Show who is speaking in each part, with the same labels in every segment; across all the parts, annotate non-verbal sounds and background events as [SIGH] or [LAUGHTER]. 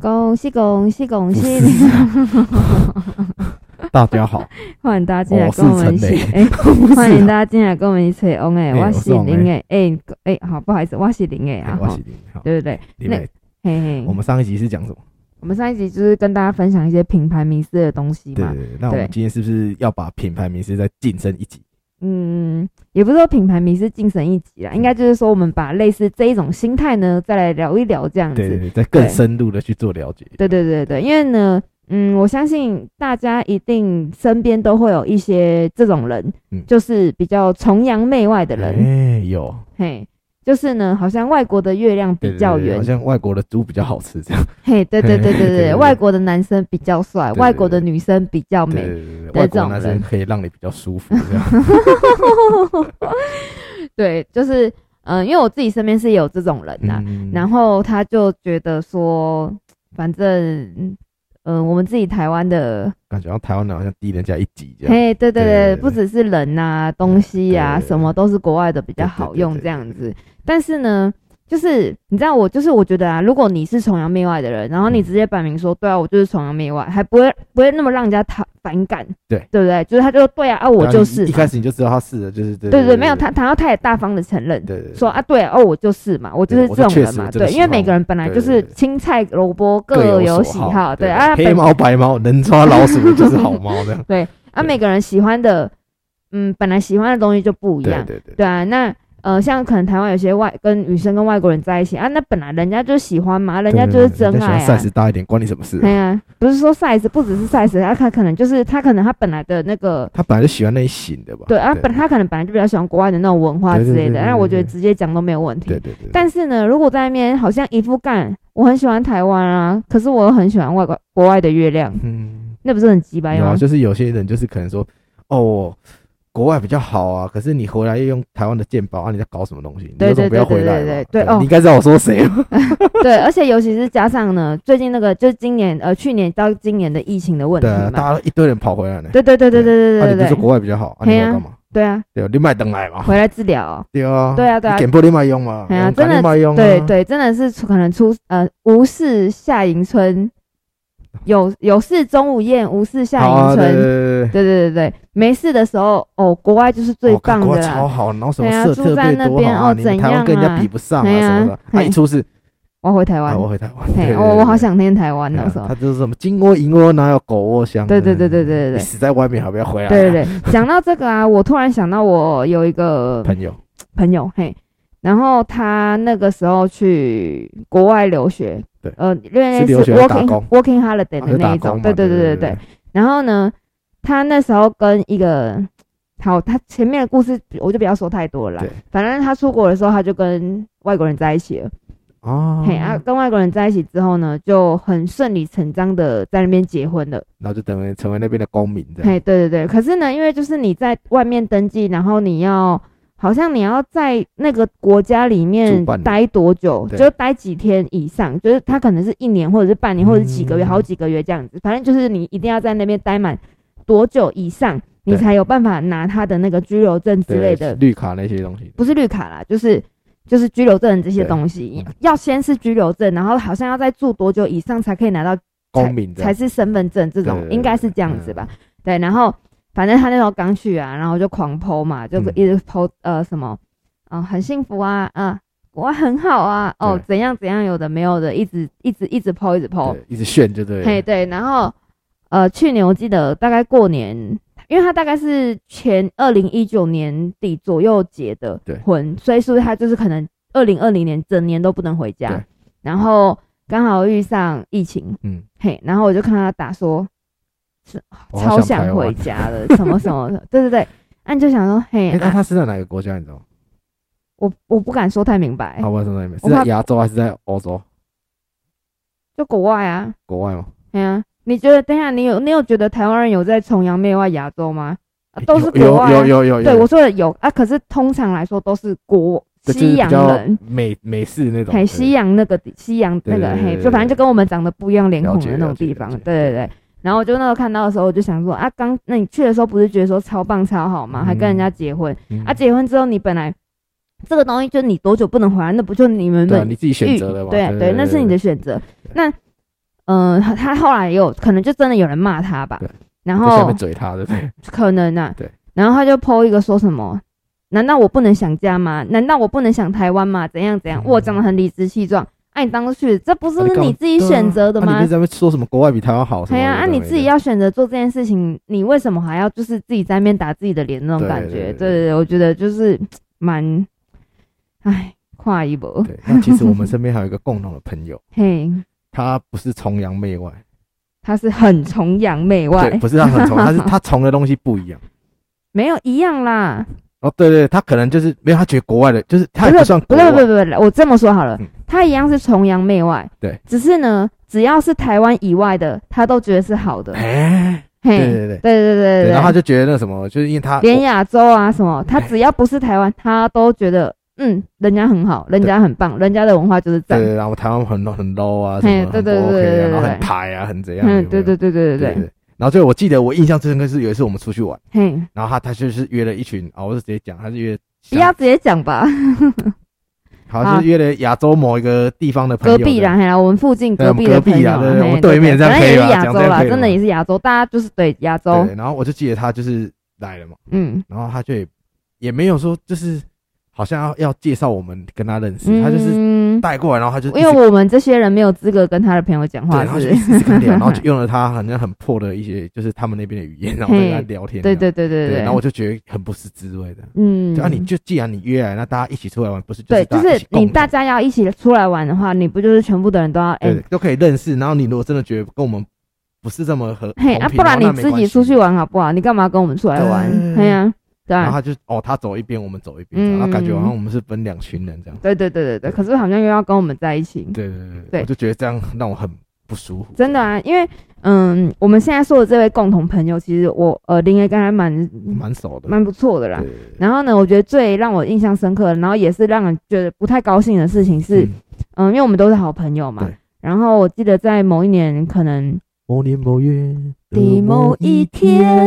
Speaker 1: 恭喜恭喜恭喜你！啊
Speaker 2: [LAUGHS] 大家好，啊
Speaker 1: 欢迎大家进来
Speaker 2: 哦我是
Speaker 1: 跟我们一
Speaker 2: [LAUGHS]
Speaker 1: 起，
Speaker 2: 陈
Speaker 1: 哎，
Speaker 2: 不
Speaker 1: [LAUGHS] 欢迎大家进来跟我们一起翁哎，
Speaker 2: 哎
Speaker 1: 我
Speaker 2: 我
Speaker 1: 是
Speaker 2: 是翁
Speaker 1: 林哎，哎哎，好，不好意思，我是林哎啊，
Speaker 2: 我
Speaker 1: 哈
Speaker 2: 是林好，
Speaker 1: 对不对？
Speaker 2: 林美。
Speaker 1: 嘿嘿，
Speaker 2: 我们上一集是讲什么？
Speaker 1: 我们上一集就是跟大家分享一些品牌迷失的东西
Speaker 2: 对
Speaker 1: 嘛，
Speaker 2: 对对。那我们
Speaker 1: 对
Speaker 2: 今天是不是要把品牌名师再晋升一级？
Speaker 1: 嗯，也不是说品牌迷失晋升一级
Speaker 2: 嗯
Speaker 1: 啦，应该就是说我们把类似这一种心态呢，再来聊一聊这样
Speaker 2: 对对
Speaker 1: 子。
Speaker 2: 对，再
Speaker 1: 嗯
Speaker 2: 更
Speaker 1: 对
Speaker 2: 深入的去做了解。
Speaker 1: 对对对对，因为呢，嗯，我相信大家一定身边都会有一些这种人，
Speaker 2: 嗯
Speaker 1: 就是比较崇洋媚外的人，
Speaker 2: 哎，有
Speaker 1: 嘿，就是呢，好像外国的月亮
Speaker 2: 对对
Speaker 1: 比较
Speaker 2: 对
Speaker 1: 圆
Speaker 2: 好，像外国的猪比较好吃这样。
Speaker 1: [LAUGHS] 嘿，对对对对
Speaker 2: 对对
Speaker 1: 对，
Speaker 2: 对
Speaker 1: 外国的男生比较帅，
Speaker 2: 对对
Speaker 1: 外国的女生比较
Speaker 2: 对
Speaker 1: 美，
Speaker 2: 对对对，
Speaker 1: 对这
Speaker 2: 外国
Speaker 1: 种
Speaker 2: 男
Speaker 1: 人
Speaker 2: 生可以让你比较
Speaker 1: [LAUGHS]
Speaker 2: 舒服这样。
Speaker 1: 对，就是嗯、呃因为我自己身边是有这种人呐、
Speaker 2: 嗯
Speaker 1: 啊然后他就觉得说，反正嗯、呃我们自己台湾的
Speaker 2: 感觉到台湾人好像低人家一级这样。
Speaker 1: 嘿，对对对，
Speaker 2: 对对对
Speaker 1: 不只是人呐、东西呀、
Speaker 2: 对对对
Speaker 1: 什么都是国外的比较好用
Speaker 2: 对对对对
Speaker 1: 这样子。但是呢，就是你知道我，就是我觉得啊，如果你是崇洋媚外的人，然后你
Speaker 2: 嗯
Speaker 1: 直接摆明说，对啊，我就是崇洋媚外，还不会不会那么让人家讨反感，
Speaker 2: 对
Speaker 1: 对不对？就是他就说对啊，啊
Speaker 2: 对
Speaker 1: 我
Speaker 2: 啊
Speaker 1: 就
Speaker 2: 你
Speaker 1: 是
Speaker 2: 一
Speaker 1: 嘛，
Speaker 2: 开始你就知道他是的，就是对
Speaker 1: 对对对，没有他，然后他也大方的承认。
Speaker 2: 对对对
Speaker 1: 说啊，对啊哦，我就是嘛，我就是
Speaker 2: 对我
Speaker 1: 这种
Speaker 2: 确
Speaker 1: 人
Speaker 2: 实
Speaker 1: 嘛，
Speaker 2: 真的
Speaker 1: 对，
Speaker 2: 喜
Speaker 1: 因为每
Speaker 2: 欢
Speaker 1: 个人本来
Speaker 2: 对
Speaker 1: 就
Speaker 2: 对
Speaker 1: 是
Speaker 2: 对
Speaker 1: 青菜萝卜各
Speaker 2: 各
Speaker 1: 有
Speaker 2: 喜
Speaker 1: 喜好，对
Speaker 2: 对
Speaker 1: 啊，
Speaker 2: 黑
Speaker 1: 本。
Speaker 2: 猫白猫，能抓老鼠就是好猫这样
Speaker 1: 对啊，
Speaker 2: 对
Speaker 1: 每个人喜欢的，嗯，本来喜欢的东西就 [LAUGHS] 不一
Speaker 2: 对
Speaker 1: 样，
Speaker 2: 对对。
Speaker 1: 对啊，那呃，像可能台湾有些外跟女生跟外国人在一起啊，那本来人家就喜欢嘛，人家就是真爱啊
Speaker 2: size，大一点，关你什么事
Speaker 1: 哎？呀、不是说 size，不只是 size，他啊他可能就是他可能他本来的那个。
Speaker 2: 他本来就喜欢那一型的吧？
Speaker 1: 对啊，本他可能本来就比较喜欢国外的那种文化
Speaker 2: 对
Speaker 1: 之
Speaker 2: 对
Speaker 1: 类
Speaker 2: 对
Speaker 1: 的，
Speaker 2: 对
Speaker 1: 那
Speaker 2: 对
Speaker 1: 我觉得
Speaker 2: 对
Speaker 1: 直接讲都没有问题
Speaker 2: 对。对对。
Speaker 1: 但是呢，如果在那边好像一副干，我很喜欢台湾啊，可是我又很喜欢外国国外的月亮，
Speaker 2: 嗯，
Speaker 1: 那不是很鸡掰
Speaker 2: 有
Speaker 1: 吗
Speaker 2: 啊，？就是有些人就是可能说，哦，国外比较好啊，可是你回来又用台湾的健保啊，你在搞什么东西？你
Speaker 1: 对
Speaker 2: 有种不要回来嘛
Speaker 1: 对对对对对哦
Speaker 2: 你应该知道我说谁吧？
Speaker 1: 对，而且尤其是加上呢，最近那个就是今年呃去年到今年的疫情的问题
Speaker 2: 对啊，
Speaker 1: 嘛，
Speaker 2: 大家一堆人跑回来呢。
Speaker 1: 对对对对对
Speaker 2: 啊，
Speaker 1: 对
Speaker 2: 你不
Speaker 1: 对
Speaker 2: 是
Speaker 1: 对，
Speaker 2: 国外比较好，啊，
Speaker 1: 嘿
Speaker 2: 你
Speaker 1: 啊
Speaker 2: 要干嘛？
Speaker 1: 对啊，
Speaker 2: 对，你买灯来嘛？
Speaker 1: 回来治疗哦，
Speaker 2: 对啊，
Speaker 1: 对啊对啊
Speaker 2: 你点播你买用嘛？
Speaker 1: 嘿啊
Speaker 2: 用赶紧
Speaker 1: 真的
Speaker 2: 买用啊
Speaker 1: 对对，真的是出可能出呃无事夏迎春，
Speaker 2: 哦
Speaker 1: 有有事钟无艳，无事夏
Speaker 2: 好啊，
Speaker 1: 迎
Speaker 2: 对对
Speaker 1: 春，
Speaker 2: 对对对
Speaker 1: 对对对对，没事的时候哦，国外就是最
Speaker 2: 哦看
Speaker 1: 棒
Speaker 2: 国
Speaker 1: 的
Speaker 2: 外超
Speaker 1: 啦，
Speaker 2: 好，然后什
Speaker 1: 对啊
Speaker 2: 么色
Speaker 1: 住
Speaker 2: 特
Speaker 1: 在
Speaker 2: 队
Speaker 1: 那
Speaker 2: 多
Speaker 1: 边
Speaker 2: 好啊，
Speaker 1: 哦
Speaker 2: 你
Speaker 1: 怎
Speaker 2: 们台湾跟人
Speaker 1: 样啊
Speaker 2: 家比不上啊
Speaker 1: 嘿啊
Speaker 2: 什么的，啊，
Speaker 1: 嘿
Speaker 2: 一出事
Speaker 1: 我要回台湾
Speaker 2: 啊，，我回台湾，对
Speaker 1: 嘿，哦
Speaker 2: 对
Speaker 1: 我我
Speaker 2: 对
Speaker 1: 好
Speaker 2: 对
Speaker 1: 想念台湾
Speaker 2: 对
Speaker 1: 那
Speaker 2: 啊
Speaker 1: 时候
Speaker 2: 他，就是什么金窝银窝哪有狗窝香？
Speaker 1: 对对对对对对对
Speaker 2: 你死在外面还不要回来？啊
Speaker 1: 对对对，讲到这个啊，我突然想到我有一个
Speaker 2: 朋友，
Speaker 1: 朋友，嘿，然后他那个时候去国外留学，
Speaker 2: 对
Speaker 1: 呃，因为
Speaker 2: 去留
Speaker 1: 是
Speaker 2: 学打
Speaker 1: working
Speaker 2: 工
Speaker 1: working holiday 的
Speaker 2: 啊就
Speaker 1: 那
Speaker 2: 打
Speaker 1: 一种，
Speaker 2: 工嘛
Speaker 1: 对对
Speaker 2: 对
Speaker 1: 对对对。然后呢，他那时候跟一个，好，他前面的故事我就不要说太多了啦
Speaker 2: 对，
Speaker 1: 反正他出国的时候他就跟外国人在一起了，
Speaker 2: 哦，
Speaker 1: 嘿啊，跟外国人在一起之后呢，就很顺理成章的在那边结婚了。
Speaker 2: 然后就等于成为那边的公民这样。
Speaker 1: 嘿，对对对，可是呢，因为就是你在外面登记，然后你要好像你要在那个国家里面
Speaker 2: 住半年
Speaker 1: 待多久，
Speaker 2: 对
Speaker 1: 就待几天以上，就是他可能是一年或者是半年或者是几个月、
Speaker 2: 嗯
Speaker 1: 好几个月这样子，反正就是你一定要在那边待满多久以上，你
Speaker 2: 对
Speaker 1: 才有办法拿他的那个居留证之
Speaker 2: 对
Speaker 1: 类的，
Speaker 2: 绿卡那些东西，
Speaker 1: 不是绿卡啦，就是。就是居留证这些
Speaker 2: 对
Speaker 1: 东西
Speaker 2: 嗯，
Speaker 1: 要先是居留证，然后好像要再住多久以上才可以拿到
Speaker 2: 公民这
Speaker 1: 才
Speaker 2: 样。
Speaker 1: 是身份证这种
Speaker 2: 对，对嗯
Speaker 1: 应该是这样子吧？对，然后反正他那时候刚去啊，然后就狂剖嘛，就
Speaker 2: 嗯
Speaker 1: 一直剖呃什么，啊、很幸福啊，啊、国外很好啊，哦
Speaker 2: 对
Speaker 1: 怎样怎样有的没有的，一直一直一直剖一直剖，
Speaker 2: 对，一直炫就对了。
Speaker 1: 哦嘿对，然后呃去年我记得大概过年，因为他大概是前二零一九年底左右结的
Speaker 2: 对
Speaker 1: 婚，所以说他就是可能二零二零年整年都不能回
Speaker 2: 对
Speaker 1: 家，然后刚好遇上疫情，
Speaker 2: 嗯，
Speaker 1: 嘿，然后我就看他打说，是
Speaker 2: 我好
Speaker 1: 超
Speaker 2: 想台
Speaker 1: 想回
Speaker 2: 湾。
Speaker 1: 家的，什么什么
Speaker 2: [LAUGHS]
Speaker 1: 的，对对对，那、你就想说，嘿，
Speaker 2: 哎，那
Speaker 1: 啊
Speaker 2: 他是在哪个国家？你知道吗？啊
Speaker 1: 我我不敢说太明白
Speaker 2: 他，不知道在哪里，
Speaker 1: 哎我
Speaker 2: 是
Speaker 1: 怕
Speaker 2: 在亚洲还是在欧洲？
Speaker 1: 就国外啊，
Speaker 2: 国外吗？
Speaker 1: 哎呀、你觉得等一下你有你有觉得台湾人有在崇洋媚外亚洲吗？啊、
Speaker 2: 诶
Speaker 1: 都是
Speaker 2: 有
Speaker 1: 国外、啊，
Speaker 2: 有有有有。
Speaker 1: 对我说的有啊，可是通常来说都是国
Speaker 2: 对就是
Speaker 1: 西
Speaker 2: 比
Speaker 1: 洋
Speaker 2: 较
Speaker 1: 人。
Speaker 2: 美美式那种。
Speaker 1: 嘿，
Speaker 2: 对
Speaker 1: 西洋那个地西洋那个
Speaker 2: 对对对
Speaker 1: 嘿，
Speaker 2: 对
Speaker 1: 就反正就跟我们长得不一样脸
Speaker 2: 了
Speaker 1: 孔
Speaker 2: 解
Speaker 1: 的那种
Speaker 2: 了解
Speaker 1: 地
Speaker 2: 了
Speaker 1: 方，
Speaker 2: 解
Speaker 1: 对对对。然后我就那时候看到的时候，我就想说啊，刚那你去的时候不是觉得说超棒超好吗？还跟人家结婚、
Speaker 2: 嗯
Speaker 1: 啊，结婚之后你本来这个东西就是你多久不能回来，那不就你们
Speaker 2: 对啊，
Speaker 1: 本
Speaker 2: 你自己选择的嘛。
Speaker 1: 对啊对，那是你的选择。那嗯、他他后来也有可能就真的有人骂他吧
Speaker 2: 对，
Speaker 1: 然
Speaker 2: 在下
Speaker 1: 后
Speaker 2: 面嘴他，对不对？
Speaker 1: 可能啊，
Speaker 2: 对，
Speaker 1: 然后他就 PO 一个说什么。难道我不能想家吗？难道我不能想台湾吗？怎样怎样？
Speaker 2: 嗯
Speaker 1: 我讲的很理直气壮。哎、你当初去，这不是
Speaker 2: 啊你干嘛
Speaker 1: 你自己选择的
Speaker 2: 啊
Speaker 1: 吗
Speaker 2: 你？在那边说什么国外比台湾好什么
Speaker 1: 对呀，
Speaker 2: 的？有
Speaker 1: 啊，
Speaker 2: 的没
Speaker 1: 你
Speaker 2: 的
Speaker 1: 自己要选择做这件事情，你为什么还要就是自己在面打自己的脸那种
Speaker 2: 对
Speaker 1: 感
Speaker 2: 对
Speaker 1: 觉？
Speaker 2: 对
Speaker 1: 对对对，我觉得就是蛮，唉，跨一步，
Speaker 2: 对。那其实我们身边还有一个共同的朋友，
Speaker 1: 嘿，
Speaker 2: 他不是崇洋媚外，
Speaker 1: 他是很崇洋媚
Speaker 2: 对，
Speaker 1: 外，
Speaker 2: 不是他很崇，他是他崇的东西不一样。
Speaker 1: 没有一样啦，
Speaker 2: 哦，对对，他可能就是没有，他觉得国外的，就是他也
Speaker 1: 不是
Speaker 2: 算
Speaker 1: 不
Speaker 2: 国
Speaker 1: 对
Speaker 2: 外，
Speaker 1: 不对不对，我这么说好了
Speaker 2: 嗯，
Speaker 1: 他一样是崇洋媚外，
Speaker 2: 对，
Speaker 1: 只是呢，只要是台湾以外的，他都觉得是好的，
Speaker 2: 哎，
Speaker 1: 嘿，对
Speaker 2: 对对
Speaker 1: 对
Speaker 2: 对
Speaker 1: 对对
Speaker 2: 对，然后他
Speaker 1: 对，
Speaker 2: 就觉得那什么，就是哎因为他
Speaker 1: 连亚洲啊什么，他只要不是台湾，他都觉得。嗯，人家很好，人家很棒，人家的文化就是这
Speaker 2: 对
Speaker 1: 样。
Speaker 2: 对，然后台湾很很 low 啊，什
Speaker 1: 嘿
Speaker 2: 么很
Speaker 1: 对
Speaker 2: 不
Speaker 1: 对对
Speaker 2: OK 啊，
Speaker 1: 对
Speaker 2: 然后
Speaker 1: 对
Speaker 2: 很
Speaker 1: 对
Speaker 2: 台啊，很怎样，有没
Speaker 1: 嗯，
Speaker 2: 有
Speaker 1: 对对对对对
Speaker 2: 对
Speaker 1: 对，
Speaker 2: 对。然后最后我记得我印象最深刻是有一次我们出去玩，
Speaker 1: 嘿，
Speaker 2: 然后他他就是约了一群啊，我是直接讲，他是约
Speaker 1: 不要直接讲吧，
Speaker 2: 好像是约了亚洲某一个地方的朋
Speaker 1: 隔
Speaker 2: 友，
Speaker 1: 壁啦，
Speaker 2: 对，
Speaker 1: 嘿啦，我们附近
Speaker 2: 对
Speaker 1: 隔壁的
Speaker 2: 我们隔
Speaker 1: 朋
Speaker 2: 壁
Speaker 1: 友
Speaker 2: 啦
Speaker 1: 啦，
Speaker 2: 对对
Speaker 1: 嘿
Speaker 2: 我们啊对面这样
Speaker 1: 反正也
Speaker 2: 可以
Speaker 1: 是
Speaker 2: 吧
Speaker 1: 亚洲
Speaker 2: 这样
Speaker 1: 啦，
Speaker 2: 可以了
Speaker 1: 真的也是亚洲，大家就是对亚洲，
Speaker 2: 对然后我就记得他就是来了嘛，
Speaker 1: 嗯
Speaker 2: 然后他就也也没有说就是好像要要介绍我们跟他认识，他就是
Speaker 1: 嗯，
Speaker 2: 带过来，然后他就一直
Speaker 1: 因为我们这些人没有资格跟他的朋友讲
Speaker 2: 对，
Speaker 1: 话，
Speaker 2: 然后就是一，直跟他
Speaker 1: [LAUGHS]
Speaker 2: 聊，然后就用了他好像很破的一些就是他们那边的语言，然后在跟他聊天
Speaker 1: 对
Speaker 2: 这样，
Speaker 1: 对对对
Speaker 2: 对，然后我就觉得很不是滋味的。
Speaker 1: 嗯
Speaker 2: 就，啊，你就既然你约来，那大家一起出来玩，不是就
Speaker 1: 对，
Speaker 2: 是
Speaker 1: 就
Speaker 2: 大家一
Speaker 1: 是
Speaker 2: 起共
Speaker 1: 你
Speaker 2: 同
Speaker 1: 大家要一起出来玩的话，你不就是全部的人都要哎
Speaker 2: 对，都可以认识。然后你如果真的觉得跟我们不是这么合，
Speaker 1: 嘿啊，
Speaker 2: 同频
Speaker 1: 不然
Speaker 2: 的
Speaker 1: 你
Speaker 2: 话那没
Speaker 1: 自
Speaker 2: 关
Speaker 1: 己
Speaker 2: 系
Speaker 1: 出去。玩好不好？你干嘛跟我们出来玩？嘿呀，对啊
Speaker 2: 然后，他就哦，他走一边，我们走一边，这样然后
Speaker 1: 嗯
Speaker 2: 感觉好像我们是分两群人这样。
Speaker 1: 对对对对对，可是好像又要跟我们在一起，
Speaker 2: 对对对
Speaker 1: 对
Speaker 2: 我就觉得这样让我很不舒服。
Speaker 1: 真的啊，因为嗯，我们现在说的这位共同朋友，其实我呃林爷跟他蛮
Speaker 2: 蛮熟的。
Speaker 1: 蛮不错的啦
Speaker 2: 对。对嗯对
Speaker 1: 然后呢，我觉得最让我印象深刻的，然后也是让人觉得不太高兴的事情是，
Speaker 2: 嗯
Speaker 1: 嗯，因为我们都是好朋友嘛
Speaker 2: 对。
Speaker 1: 然后我记得在某一年，可能
Speaker 2: 某年某月
Speaker 1: 的某一，
Speaker 2: [LAUGHS]
Speaker 1: 天，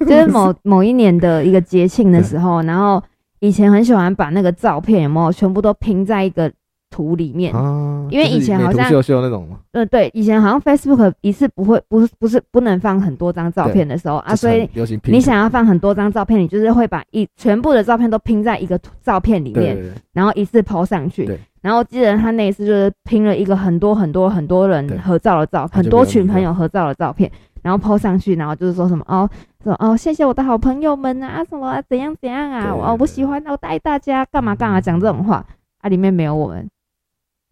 Speaker 1: 就是某某一年的一个节庆的时候，然后以前很喜欢把那个照片有没有全部都拼在一个图里面，
Speaker 2: 啊，
Speaker 1: 因为
Speaker 2: 就是
Speaker 1: 以前好像
Speaker 2: 美图秀秀那种嘛，
Speaker 1: 嗯，对，以前好像 Facebook 一次不会不是不是不能放很多张照片的时候啊，
Speaker 2: 就是
Speaker 1: 所
Speaker 2: 很
Speaker 1: 以
Speaker 2: 流行拼
Speaker 1: 你想要放很多张照片，你就是会把一全部的照片都拼在一个图照片里
Speaker 2: 对对
Speaker 1: 面，
Speaker 2: 对
Speaker 1: 然后一次抛上去
Speaker 2: 对。
Speaker 1: 然后我记得他那一次就是拼了一个很多很多很多
Speaker 2: 对
Speaker 1: 人合照的照，
Speaker 2: 就
Speaker 1: 很多
Speaker 2: 没有
Speaker 1: 群
Speaker 2: 理
Speaker 1: 朋
Speaker 2: 由
Speaker 1: 友合照的照片，然后抛上去，然后就是说什么哦，说哦谢谢我的好朋友们啊，啊什么啊怎样怎样啊，
Speaker 2: 对
Speaker 1: 我哦
Speaker 2: 对嗯
Speaker 1: 我
Speaker 2: 对
Speaker 1: 喜欢我爱大家，干嘛干嘛讲这种话啊，里面没有我们，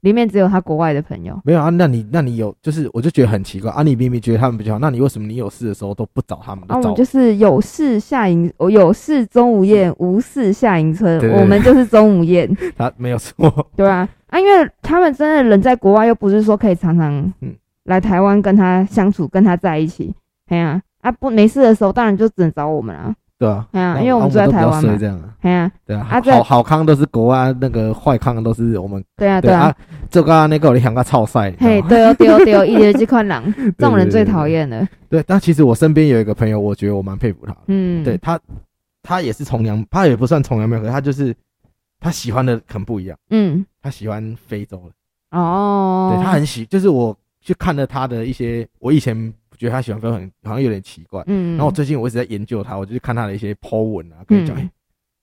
Speaker 1: 里面只有他国外的朋友。
Speaker 2: 没有啊？那你那你有就是，我就觉得很奇怪啊！你明明觉得他们比较好，那你为什么你有事的时候都不找他们？
Speaker 1: 啊，我
Speaker 2: 都
Speaker 1: 们
Speaker 2: 找
Speaker 1: 就是有事夏迎，哦有事钟无艳，无事夏迎春
Speaker 2: 嗯对对。对
Speaker 1: 我们就是钟无
Speaker 2: [LAUGHS]
Speaker 1: 艳，
Speaker 2: 他没有错， [LAUGHS]
Speaker 1: 对吧、啊？因为他们真的人在国外，又不是说可以常常
Speaker 2: 嗯
Speaker 1: 来台湾跟他相处，跟他在一起。哎呀、啊，不没事的时候，当然就只能找我们啦。
Speaker 2: 对啊，
Speaker 1: 哎呀、
Speaker 2: 那
Speaker 1: 因为我
Speaker 2: 啊
Speaker 1: 们住在
Speaker 2: 都比
Speaker 1: 台
Speaker 2: 较
Speaker 1: 湾
Speaker 2: 衰
Speaker 1: 嘛。
Speaker 2: 这样啊。
Speaker 1: 哎呀、
Speaker 2: 对啊，
Speaker 1: 啊
Speaker 2: 好
Speaker 1: 对
Speaker 2: 好好康都是国外，啊那个坏康都是我们。
Speaker 1: 对啊，对啊，，
Speaker 2: 就刚刚那个我想个超赛，
Speaker 1: 嘿，
Speaker 2: 嘿，
Speaker 1: 对哦，对哦，
Speaker 2: [LAUGHS]
Speaker 1: 对哦，一直这款狼，这种人
Speaker 2: 对
Speaker 1: 最讨。厌了。
Speaker 2: 对对对对，但其实我身边有一个朋友，我觉得我蛮佩服他的。
Speaker 1: 嗯，
Speaker 2: 对，他，他也是崇洋，他也不算崇洋媚外，可是他就是他喜欢的很不一样，
Speaker 1: 嗯，
Speaker 2: 他喜欢非洲的，
Speaker 1: 哦，
Speaker 2: 对他很喜，就是我去看了他的一些，我以前觉得他喜欢非洲很好像有点奇怪，
Speaker 1: 嗯，
Speaker 2: 然后我最近我一直在研究他，我就去看他的一些 po 文啊，跟你讲，
Speaker 1: 嗯
Speaker 2: 哎、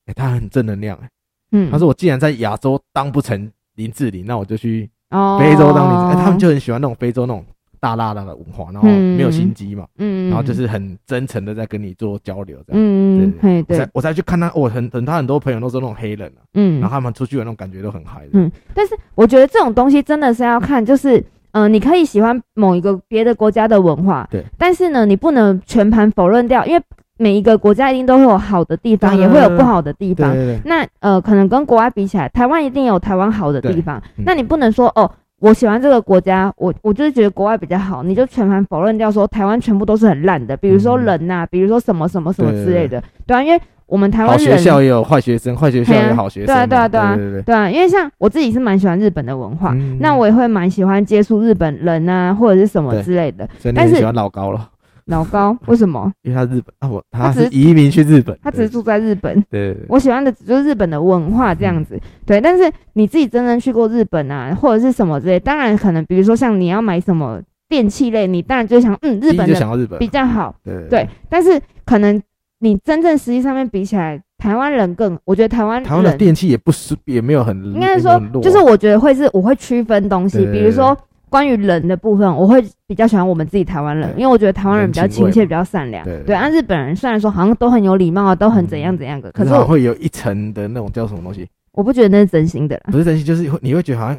Speaker 2: 哎他很正能量、哎
Speaker 1: 嗯，
Speaker 2: 他说我既然在亚洲当不成林志玲，那我就去
Speaker 1: 哦，
Speaker 2: 非洲当女子，哎、他们就很喜欢那种非洲那种大辣辣的文化，然后没有心机嘛，
Speaker 1: 嗯，
Speaker 2: 然后就是很真诚的在跟你做交流这样。
Speaker 1: 嗯，嗯，嘿，
Speaker 2: 我
Speaker 1: 对
Speaker 2: 才，我才去看他，我很很他很多朋友都是那种黑人啊，
Speaker 1: 嗯，
Speaker 2: 然后他们出去的那种感觉都很嗨的。
Speaker 1: 嗯但是我觉得这种东西真的是要看，就是嗯、呃你可以喜欢某一个别的国家的文化，
Speaker 2: 对，
Speaker 1: 但是呢，你不能全盘否认掉，因为每一个国家一定都会有好的地方，
Speaker 2: 当
Speaker 1: 也
Speaker 2: 然
Speaker 1: 会有不好的地
Speaker 2: 对
Speaker 1: 方。
Speaker 2: 对对，
Speaker 1: 那呃，可能跟国外比起来，台湾一定有台湾好的地方。
Speaker 2: 对嗯
Speaker 1: 那你不能说哦，我喜欢这个国家，我我就是觉得国外比较好，你就全盘否认掉说台湾全部都是很烂的，比如说
Speaker 2: 嗯
Speaker 1: 人呐、比如说什么什么什么
Speaker 2: 对对
Speaker 1: 之类的，对啊，因为我们台湾
Speaker 2: 好学
Speaker 1: 人
Speaker 2: 校也有坏学生，坏学校也有好学生嘛。
Speaker 1: 对啊对啊
Speaker 2: 对对对。
Speaker 1: 对啊，因为像我自己是蛮喜欢日本的文化，
Speaker 2: 嗯
Speaker 1: 那我也会蛮喜欢接触日本人啊，或者是什么
Speaker 2: 对
Speaker 1: 之类的。
Speaker 2: 所以你
Speaker 1: 但
Speaker 2: 很
Speaker 1: 是
Speaker 2: 喜欢老高了，
Speaker 1: 老
Speaker 2: [LAUGHS]
Speaker 1: 高，为什么？
Speaker 2: 因为他日本啊，我
Speaker 1: 他
Speaker 2: 他
Speaker 1: 只
Speaker 2: 是
Speaker 1: 是
Speaker 2: 移民去日本，
Speaker 1: 他只是住在日本。
Speaker 2: 对嗯对对
Speaker 1: 我喜欢的只就是日本的文化这样子，对。但是你自己真正去过日本啊，或者是什么之类，当然可能，比如说像你要买什么电器类，你当然就想，嗯，日
Speaker 2: 第一
Speaker 1: 本
Speaker 2: 就
Speaker 1: 的
Speaker 2: 想到日本，
Speaker 1: 比较好，
Speaker 2: 对
Speaker 1: 对。但是可能你真正实际上面比起来，台湾人更，我觉得台湾
Speaker 2: 台湾的
Speaker 1: 人
Speaker 2: 电器也不是也没有很，
Speaker 1: 应该是
Speaker 2: 也
Speaker 1: 说
Speaker 2: 没有很弱，啊
Speaker 1: 就是我觉得会是我会区分东西，
Speaker 2: 对
Speaker 1: 比如说关于人的部分，我会比较喜欢我们自己台湾人，
Speaker 2: 对
Speaker 1: 因为我觉得台湾人比较亲
Speaker 2: 人
Speaker 1: 切，
Speaker 2: 情味嘛
Speaker 1: 比较善良。
Speaker 2: 对对
Speaker 1: 对，按啊日本人虽然说好像都很有礼貌啊，都很怎样
Speaker 2: 嗯
Speaker 1: 怎样的，可
Speaker 2: 可
Speaker 1: 是
Speaker 2: 是好像
Speaker 1: 我
Speaker 2: 会有一层的那种叫什么东西，
Speaker 1: 我不觉得那是真心的啦。
Speaker 2: 不是真心，就是会你会觉得好像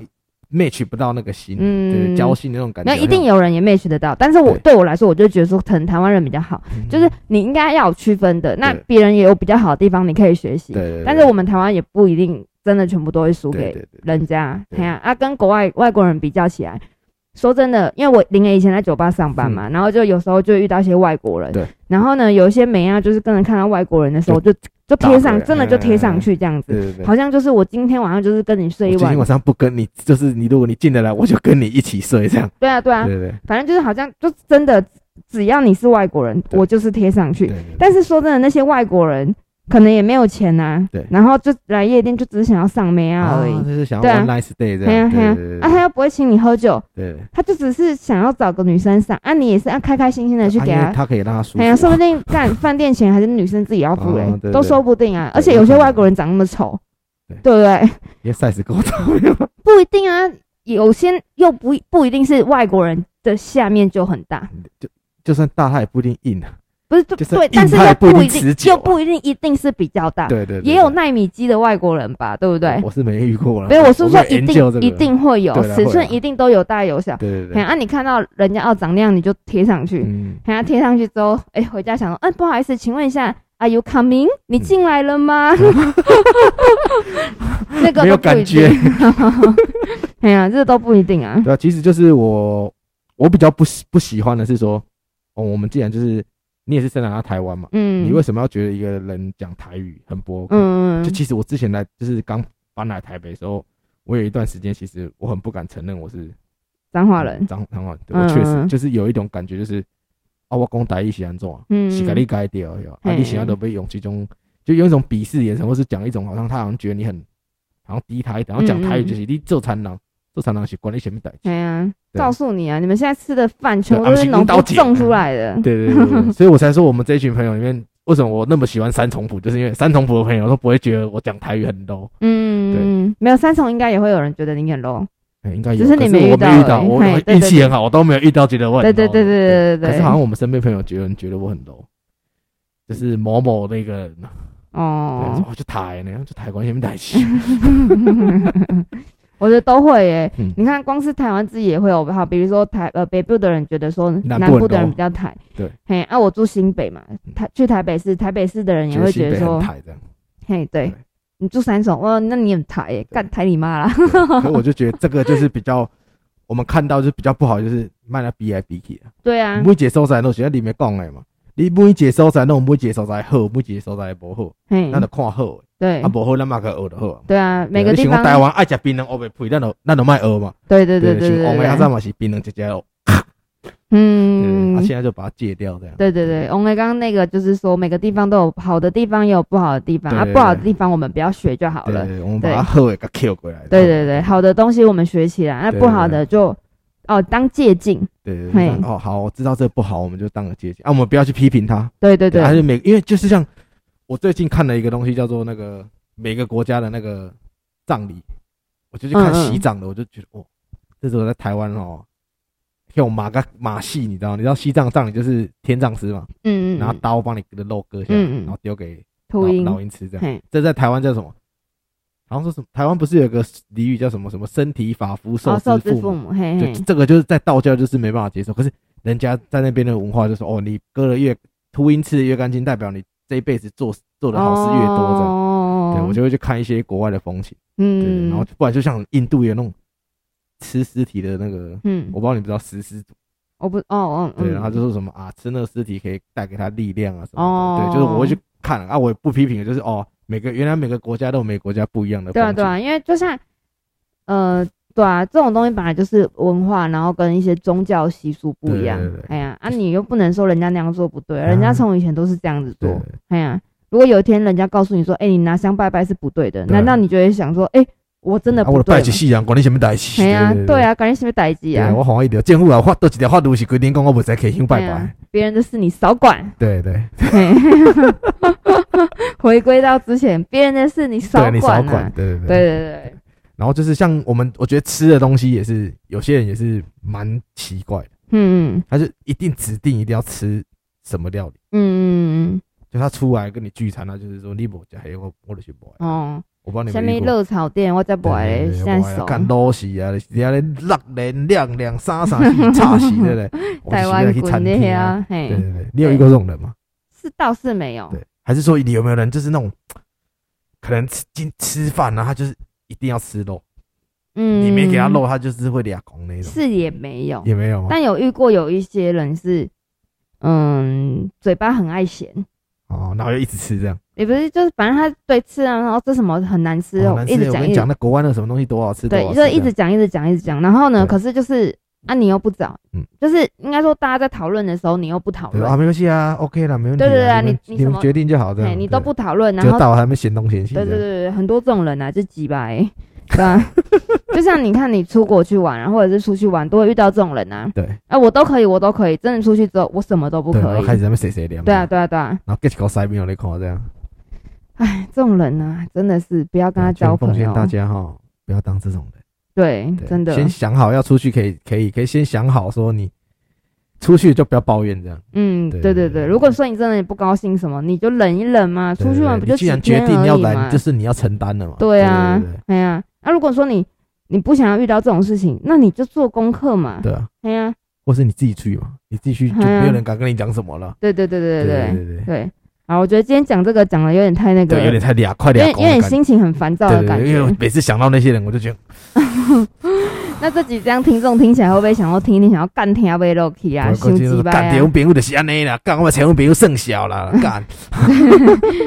Speaker 2: match 不到那个心，
Speaker 1: 嗯
Speaker 2: 对交心的那种感觉，
Speaker 1: 那一定
Speaker 2: 有，
Speaker 1: 有人也 match 得到，但是我对我来说，我就觉得说，可能台湾人比较好，
Speaker 2: 嗯
Speaker 1: 就是你应该要有区分的。那
Speaker 2: 对
Speaker 1: 别人也有比较好的地方，你可以学习
Speaker 2: 对。对，对
Speaker 1: 但是我们台湾也不一定真的全部都会输
Speaker 2: 对
Speaker 1: 给
Speaker 2: 对对
Speaker 1: 人家，
Speaker 2: 对
Speaker 1: 哎呀啊，跟国外外国人比较起来，说真的，因为我林爷以前在酒吧上班嘛，然后就有时候就遇到一些外国人，
Speaker 2: 对，
Speaker 1: 然后呢，有一些美啊，就是跟人看到外国人的时候就就贴
Speaker 2: 打回
Speaker 1: 上，
Speaker 2: 来
Speaker 1: 真的就贴上去这样
Speaker 2: 哎对
Speaker 1: 子，
Speaker 2: 对对。
Speaker 1: 好像就是我今天晚上就是跟你睡一
Speaker 2: 我今天
Speaker 1: 晚
Speaker 2: 晚，上不跟你，就是你，如果你进得来，我就跟你一起睡，这样。
Speaker 1: 对啊对啊，
Speaker 2: 对对
Speaker 1: 反正就是好像就真的只要你是外国人，
Speaker 2: 对
Speaker 1: 我就是贴上去
Speaker 2: 对，对，
Speaker 1: 但是说真的，那些外国人可能也没有钱呐、
Speaker 2: 对
Speaker 1: 然后就来夜店就只是想要上妹啊而已。
Speaker 2: 就是想
Speaker 1: 对啊
Speaker 2: 要 one nice day 这
Speaker 1: 嘿呀
Speaker 2: 样。
Speaker 1: 嘿
Speaker 2: 对
Speaker 1: 呀
Speaker 2: 对，
Speaker 1: 啊，他又不会请你喝酒，
Speaker 2: 对对，
Speaker 1: 他就只是想要找个女生赏，啊，你也是要开开心心的去给
Speaker 2: 啊因
Speaker 1: 他
Speaker 2: 为。他可以让他舒服。
Speaker 1: 哎呀，说不定干饭店钱还是女生自己要付嘞、
Speaker 2: 哦对
Speaker 1: 都
Speaker 2: 对
Speaker 1: 说不定啊。
Speaker 2: 对
Speaker 1: 而且有些外国人长那么丑，
Speaker 2: 对
Speaker 1: 对不对？
Speaker 2: 因为 size 够大。
Speaker 1: 不一定啊，有些又不不一定是外国人的下面就很大，
Speaker 2: [LAUGHS] 就算大，他也不一定硬啊。
Speaker 1: 不是就
Speaker 2: 就是
Speaker 1: 对，
Speaker 2: 硬
Speaker 1: 但是
Speaker 2: 派
Speaker 1: 又
Speaker 2: 不一定
Speaker 1: 一定
Speaker 2: 持久
Speaker 1: 又
Speaker 2: 啊
Speaker 1: 不一定一定是比较大，
Speaker 2: 对对，
Speaker 1: [LAUGHS]
Speaker 2: 对
Speaker 1: 也有
Speaker 2: 对
Speaker 1: 纳米机的外国人吧，对不对？
Speaker 2: 我是没遇过了。
Speaker 1: 没有，我是说
Speaker 2: 没有
Speaker 1: 一
Speaker 2: 研究
Speaker 1: 定
Speaker 2: 这个
Speaker 1: 一。定会有
Speaker 2: 对啦
Speaker 1: 尺
Speaker 2: 会
Speaker 1: 寸，
Speaker 2: 啦
Speaker 1: 一定都有大有小。
Speaker 2: 对对
Speaker 1: 哎，
Speaker 2: 对。
Speaker 1: 啊，你看到人家要长那样，你就贴上去。
Speaker 2: 嗯，
Speaker 1: 然后贴上去之后，哎、回家想说，嗯、不好意思，请问一下，Are you coming？你进来了吗？那个
Speaker 2: 嗯没有
Speaker 1: 都不一
Speaker 2: 感觉
Speaker 1: 定。 [LAUGHS] 哎呀，这都不一定啊。
Speaker 2: 对啊，其实就是我，我比较不喜不喜欢的是说，哦，我们既然就是你也是生长在台湾嘛，
Speaker 1: 嗯，
Speaker 2: 你为什么要觉得一个人讲台语很不 OK？
Speaker 1: 嗯
Speaker 2: 就
Speaker 1: 嗯
Speaker 2: 其实我之前来就是刚搬来台北的时候，我有一段时间其实我很不敢承认我是
Speaker 1: 脏话人，
Speaker 2: 彰彰化人，对
Speaker 1: 嗯
Speaker 2: 我确实
Speaker 1: 嗯
Speaker 2: 就是有一种感觉，就是啊，我讲台语是安怎样，
Speaker 1: 嗯，
Speaker 2: 是给你改掉的哦，啊，
Speaker 1: 嘿
Speaker 2: 你喜欢都被用其中，就有一种鄙视眼神，或是讲一种好像他好像觉得你很好像低他一等，然后讲台语
Speaker 1: 嗯
Speaker 2: 就是你做餐人，做餐人是管你什么代志
Speaker 1: 哎，呀，
Speaker 2: 对
Speaker 1: 告诉你啊，你们现在吃的饭全部都
Speaker 2: 对啊
Speaker 1: 是
Speaker 2: 不是
Speaker 1: 农夫
Speaker 2: 刀姐
Speaker 1: 种出来的。
Speaker 2: 对对对对，对所以我才说我们这一群朋友里面。为什么我那么喜欢三重谱？就是因为三重谱的朋友都不会觉得我讲台语很 low，
Speaker 1: 嗯，没有三重应该也会有人觉得你很 low。
Speaker 2: 哎应该有，
Speaker 1: 只是你
Speaker 2: 可
Speaker 1: 没遇
Speaker 2: 我
Speaker 1: 到
Speaker 2: 没遇到，
Speaker 1: 而已
Speaker 2: 我
Speaker 1: 嘿
Speaker 2: 我
Speaker 1: 对
Speaker 2: 运
Speaker 1: 对
Speaker 2: 气
Speaker 1: 对
Speaker 2: 很好，我都没有遇到觉得我很
Speaker 1: 对对
Speaker 2: low
Speaker 1: 对
Speaker 2: 的
Speaker 1: 对对
Speaker 2: 可是好
Speaker 1: 对。
Speaker 2: 像我们身边朋友觉得觉得我很 low，就是某某那个人，
Speaker 1: 哦
Speaker 2: 对，说哦就台呢，就台关系没台起，
Speaker 1: 我觉得都会耶、
Speaker 2: 嗯
Speaker 1: 你看，光是台湾自己也会有好，比如说台呃北部的人觉得说
Speaker 2: 南部
Speaker 1: 南部的人
Speaker 2: 很多
Speaker 1: 比较台，
Speaker 2: 对，嗯
Speaker 1: 嘿，啊，我住新北嘛，台去台北市，台北市的人也会觉得
Speaker 2: 新北
Speaker 1: 说，
Speaker 2: 很台这样。
Speaker 1: 嘿，对
Speaker 2: 对
Speaker 1: 你住三重，哇，那你很台耶、干台你妈啦， [LAUGHS]
Speaker 2: 对所以我就觉得这个就是比较，我们看到就是比较不好，就是卖了比来比去啊。
Speaker 1: 对啊，
Speaker 2: 每一个所在都是在里面讲的嘛，你每一个所在拢有每一个所在好，每一个所在无好，
Speaker 1: 嘿
Speaker 2: 咱，就看好的，
Speaker 1: 嗯对
Speaker 2: 啊，无好咱嘛去学就好啊。
Speaker 1: 对啊，每个
Speaker 2: 对啊
Speaker 1: 地
Speaker 2: 你想
Speaker 1: 方
Speaker 2: 讲，台湾爱食槟榔，学袂配，咱就咱就卖学嘛。
Speaker 1: 对对对对
Speaker 2: 对哦
Speaker 1: 对
Speaker 2: 像欧美
Speaker 1: 对
Speaker 2: 阿萨
Speaker 1: 对，
Speaker 2: 嘛是槟榔直接学，对对
Speaker 1: 嗯
Speaker 2: 对，啊，，现在就把它戒掉这样。
Speaker 1: 对对对，我们刚刚那个就是说，每个地方都有好的地方，也有不好的地方
Speaker 2: 对
Speaker 1: 啊，
Speaker 2: 对
Speaker 1: 不好的
Speaker 2: 对
Speaker 1: 地方我们不要学就好
Speaker 2: 对
Speaker 1: 了
Speaker 2: 对。对我们把它后尾给 Q 过来。
Speaker 1: 对对对，好的东西我们学起来，那
Speaker 2: 对
Speaker 1: 不好的就哦当借鉴。
Speaker 2: 对对
Speaker 1: 嘿
Speaker 2: 对，哦好，我知道这不好，我们就当个借鉴啊，我们不要去批评他。
Speaker 1: 对对
Speaker 2: 还
Speaker 1: 对，
Speaker 2: 是每因为就是像我最近看了一个东西，叫做那个每个国家的那个葬礼，我就去看
Speaker 1: 嗯嗯
Speaker 2: 西藏的，我就觉得哦，这时候在台湾哦。用马个马戏，你知道？你知道西藏葬礼就是天葬师嘛，
Speaker 1: 嗯嗯
Speaker 2: 拿
Speaker 1: 嗯，
Speaker 2: 刀帮你的肉割下来，
Speaker 1: 嗯嗯
Speaker 2: 然后丢给
Speaker 1: 秃鹰
Speaker 2: 老，老鹰吃这样。
Speaker 1: 嘿，
Speaker 2: 这在台湾叫什么？好像说什么？台湾不是有个俚语叫什么什么“身体发肤受
Speaker 1: 哦，受之
Speaker 2: 之
Speaker 1: 父
Speaker 2: 父母
Speaker 1: 母，”？嘿
Speaker 2: 对
Speaker 1: 嘿，，
Speaker 2: 这个就是在道教就是没办法接受。可是人家在那边的文化就说：“哦，你割的越秃鹰吃的越干净，代表你这一辈子做做的好事越多。”这样，
Speaker 1: 哦
Speaker 2: 对我就会去看一些国外的风情，对，
Speaker 1: 嗯，
Speaker 2: 然后不然就像印度有那种吃尸体的那个，
Speaker 1: 嗯，
Speaker 2: 我不知道你不知道食尸族，
Speaker 1: 我不哦哦，嗯
Speaker 2: 对，然后就说什么啊，吃那个尸体可以带给他力量啊什
Speaker 1: 哦
Speaker 2: 么的，对，就是我会去看啊，我也不批评，就是哦，每个原来每个国家都有每个国家不一样的
Speaker 1: 对啊
Speaker 2: 风
Speaker 1: 对
Speaker 2: 景，
Speaker 1: 啊，因为就像呃。对啊，这种东西本来就是文化，然后跟一些宗教习俗不一样
Speaker 2: 对对对。
Speaker 1: 哎呀，啊，你又不能说人家那样做不对，
Speaker 2: 啊
Speaker 1: 人家从以前都是这样子做
Speaker 2: 对，，
Speaker 1: 哎呀、如果有一天人家告诉你说，哎、你拿香拜拜是不对的，
Speaker 2: 对啊
Speaker 1: 难道你就会想说，哎、我真的
Speaker 2: 啊，我
Speaker 1: 不
Speaker 2: 就
Speaker 1: 对
Speaker 2: 拜
Speaker 1: 吗？
Speaker 2: 起夕阳，管你什么代志？
Speaker 1: 哎呀、对
Speaker 2: 啊，
Speaker 1: 啊，感觉是不是代志
Speaker 2: 对
Speaker 1: 啊
Speaker 2: 啊，？我好一条政府啊，发多一条法律是规定讲我不使去香拜
Speaker 1: 哎呀
Speaker 2: 拜，
Speaker 1: 别人的事你少管。 [LAUGHS]
Speaker 2: 对对，
Speaker 1: 嘿回归到之前，别人的事你少
Speaker 2: 对你少
Speaker 1: 管、
Speaker 2: 管
Speaker 1: 啊。，
Speaker 2: 对对
Speaker 1: 对。对
Speaker 2: 然后就是像我们，我觉得吃的东西也是，有些人也是蛮奇怪的，
Speaker 1: 对，嗯
Speaker 2: 他就一定指定一定要吃什么料理，
Speaker 1: 嗯嗯
Speaker 2: 就他出来跟你聚餐，他就是说你不加黑，我我就是不
Speaker 1: 嗯，哦，
Speaker 2: 我帮你
Speaker 1: 下
Speaker 2: 们
Speaker 1: 面热炒店我再不来嘞，现在熟。，
Speaker 2: 干老死啊，就是遐咧落连亮亮啥啥去吵死的嘞
Speaker 1: 台湾
Speaker 2: 去
Speaker 1: 滚
Speaker 2: 餐
Speaker 1: 那些
Speaker 2: 厅啊。
Speaker 1: 啊，嘿
Speaker 2: 对，对对，你有遇过这种人吗？
Speaker 1: 是倒是没有
Speaker 2: 对，还是说你有没有人就是那种可能吃今吃饭啊，他就是一定要吃肉，
Speaker 1: 嗯，
Speaker 2: 你没给他肉，他就是会俩拱那种，
Speaker 1: 是也没有，
Speaker 2: 也没有吗？
Speaker 1: 但有遇过有一些人是，嗯，嘴巴很爱咸，
Speaker 2: 哦，然后就一直吃这样。
Speaker 1: 也不是，就是反正他对吃啊，然后这什么很难吃，哦，
Speaker 2: 哦难吃
Speaker 1: 一直
Speaker 2: 我
Speaker 1: 讲
Speaker 2: 跟
Speaker 1: 一
Speaker 2: 你
Speaker 1: 直
Speaker 2: 讲，那国外那个什么东西多好吃，
Speaker 1: 对
Speaker 2: 多好，吃
Speaker 1: 就一直讲一直讲一直讲，然后呢，
Speaker 2: 啊对
Speaker 1: 可是就是啊，你又不找，
Speaker 2: 嗯
Speaker 1: 就是应该说大家在讨论的时候，你又不讨
Speaker 2: 这样对
Speaker 1: 论，
Speaker 2: 啊，没关系啊，OK 啦，没问题啊。
Speaker 1: 对对对啊
Speaker 2: 你们
Speaker 1: 你你
Speaker 2: 你
Speaker 1: 什
Speaker 2: 们
Speaker 1: 么
Speaker 2: 决定就好这
Speaker 1: 哎，
Speaker 2: 样。
Speaker 1: 你都
Speaker 2: 对
Speaker 1: 不讨论，然
Speaker 2: 就
Speaker 1: 后
Speaker 2: 到了还没嫌东嫌西这
Speaker 1: 对
Speaker 2: 样，
Speaker 1: 对对对，很多这种人啊，就几百， [LAUGHS] 对啊，就像你看你出国去玩啊，或者是出去玩，都会遇到这种人啊，
Speaker 2: 对
Speaker 1: 哎，我都可以，我都可以，真的出去之后，我什么都不
Speaker 2: 对，然
Speaker 1: 可
Speaker 2: 后
Speaker 1: 以
Speaker 2: 开，始在那边谁谁聊。
Speaker 1: 对啊，对啊对啊，
Speaker 2: 然后 get 口塞面有你看这样。
Speaker 1: 这种人啊，真的是不要跟他
Speaker 2: 对
Speaker 1: 交
Speaker 2: 奉
Speaker 1: 朋
Speaker 2: 劝
Speaker 1: 友，
Speaker 2: 大家哈，不要当这种人。
Speaker 1: 对，
Speaker 2: 对
Speaker 1: 真的，
Speaker 2: 先想好要出去，可以可以可以先想好说你出去就不要抱怨这样。
Speaker 1: 嗯，
Speaker 2: 对
Speaker 1: 对对
Speaker 2: 对
Speaker 1: 对，
Speaker 2: 对
Speaker 1: 如果说你真的不高兴什么，你就忍一忍嘛，
Speaker 2: 对
Speaker 1: 出去玩不
Speaker 2: 对对
Speaker 1: 就
Speaker 2: 你既然
Speaker 1: 几天
Speaker 2: 决定要
Speaker 1: 而已
Speaker 2: 来，
Speaker 1: 嘛
Speaker 2: 就是你要承担的嘛。
Speaker 1: 对啊
Speaker 2: 对对，
Speaker 1: 哎呀，那如果说你你不想要遇到这种事情，那你就做功课嘛
Speaker 2: 对，对啊，
Speaker 1: 哎呀，
Speaker 2: 或是你自己去嘛，你自己去就
Speaker 1: 哎呀
Speaker 2: 没有人敢跟你讲什么了。
Speaker 1: 对对对对
Speaker 2: 对
Speaker 1: 对
Speaker 2: 对对
Speaker 1: 对对，好，我觉得今天讲这个讲的有点太那个
Speaker 2: 对，
Speaker 1: 了，
Speaker 2: 有点太俩快
Speaker 1: 有
Speaker 2: 俩
Speaker 1: 点有点心情很烦躁
Speaker 2: 对
Speaker 1: 的
Speaker 2: 对
Speaker 1: 感
Speaker 2: 对，因为我
Speaker 1: 觉。
Speaker 2: 每次想到那些人，我就觉得
Speaker 1: 那这几张听众听起来会不会想要听一听，想要干听啊，被肉体啊，
Speaker 2: 我
Speaker 1: 心
Speaker 2: 我今天
Speaker 1: 机
Speaker 2: 说
Speaker 1: 吧
Speaker 2: 干别用别人的安内啦，干我把钱用别人剩小啦，干。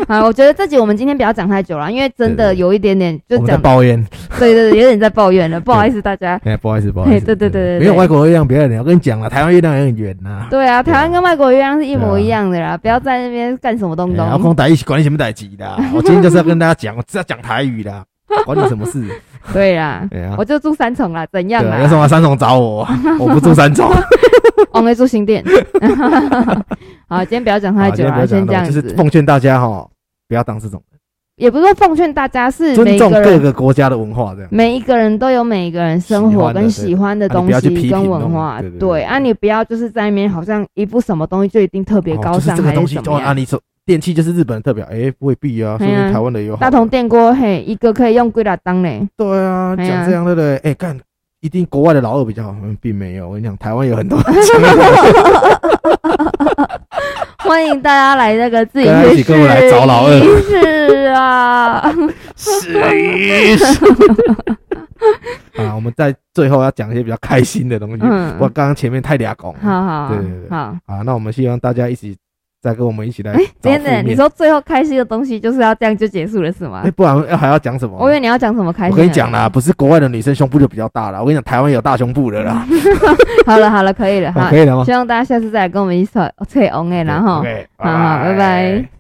Speaker 1: 好，我觉得这集我们今天不要讲太久了，因为真的
Speaker 2: 对对对
Speaker 1: 有一点点 [LAUGHS] 就
Speaker 2: 我们在
Speaker 1: 讲，
Speaker 2: 抱怨，
Speaker 1: 对对对，有点在抱怨了，不好意思大家。
Speaker 2: 哎，不好意思，不好意思。
Speaker 1: 对对对对对
Speaker 2: 没有外国月亮，别人我跟你讲了，台湾月亮也很远呐。
Speaker 1: 对啊，台湾跟外国一样是一模
Speaker 2: 对啊啊
Speaker 1: 一样的啦，不要在那边干什么东
Speaker 2: 然后
Speaker 1: 东。
Speaker 2: 讲台语是管你什么代志的，我今天就是要跟大家讲，我只要讲台语啦，管你什
Speaker 1: [LAUGHS]
Speaker 2: 么事。
Speaker 1: 对啦，
Speaker 2: [LAUGHS] 对啊
Speaker 1: 我，就住三重啦，怎样
Speaker 2: 对啊，
Speaker 1: 啦
Speaker 2: 要？送到三重
Speaker 1: [LAUGHS]
Speaker 2: 找我，我不住三重。
Speaker 1: 我们住新店。 [LAUGHS] 好，今天不要讲太
Speaker 2: 好
Speaker 1: 久了，
Speaker 2: 啊今天不要
Speaker 1: 啊
Speaker 2: 讲
Speaker 1: 先这
Speaker 2: 那么
Speaker 1: 样
Speaker 2: 就是
Speaker 1: 子。
Speaker 2: 奉劝大家哈，不要当这种，
Speaker 1: 也不是说奉劝大家，是每一
Speaker 2: 尊重
Speaker 1: 个
Speaker 2: 各
Speaker 1: 人
Speaker 2: 个国家的文化这样。
Speaker 1: 每一个人都有每一个人生活跟喜
Speaker 2: 喜
Speaker 1: 欢的
Speaker 2: 对啊你
Speaker 1: 东
Speaker 2: 不要去批
Speaker 1: 西
Speaker 2: 评
Speaker 1: 跟文化
Speaker 2: 那种对。对对
Speaker 1: 对啊，你不要就是在那边好像一部什么东西就一定特别
Speaker 2: 哦
Speaker 1: 高
Speaker 2: 就是
Speaker 1: 尚
Speaker 2: 这个
Speaker 1: 还
Speaker 2: 东
Speaker 1: 是
Speaker 2: 西
Speaker 1: 怎
Speaker 2: 都
Speaker 1: 么
Speaker 2: 啊，
Speaker 1: 样。
Speaker 2: 你说电器就是日本的特表，哎，未必啊，说
Speaker 1: 哎呀
Speaker 2: 明台湾的也有好
Speaker 1: 大同电锅嘿，一个可以用几大当嘞。
Speaker 2: 对啊，
Speaker 1: 哎呀
Speaker 2: 讲这样对不对？哎，干，一定国外的老二比较好，嗯并没有。我跟你讲，台湾有
Speaker 1: [LAUGHS]
Speaker 2: 很多 [LAUGHS]
Speaker 1: 欢迎大家来那个自己
Speaker 2: 跟他一
Speaker 1: 去
Speaker 2: 起跟我来找老二
Speaker 1: 是啊，
Speaker 2: 是 [LAUGHS] 啊，我们在最后要讲一些比较开心的东西。
Speaker 1: 嗯
Speaker 2: 我刚刚前面太俩拱了。
Speaker 1: 好好
Speaker 2: 对对对
Speaker 1: 好。
Speaker 2: 啊，那我们希望大家一起再跟我们一起来
Speaker 1: 哎，
Speaker 2: 找
Speaker 1: 真
Speaker 2: 负
Speaker 1: 的，
Speaker 2: 面
Speaker 1: 你说最后开心的东西就是要这样就结束了是吗
Speaker 2: 哎，？不然还要讲什么？
Speaker 1: 我以为你要讲什么开心。
Speaker 2: 我跟你讲，啦，不是国外的女生胸部就比较大了，我跟你讲，台湾有大胸部的啦，
Speaker 1: 好了嗯哦好了，可以了
Speaker 2: 啊
Speaker 1: 哈
Speaker 2: 可。以了吗？
Speaker 1: 希望大家下次再来跟我们一起吹吹 on 哎，然后
Speaker 2: OK，
Speaker 1: 好好拜拜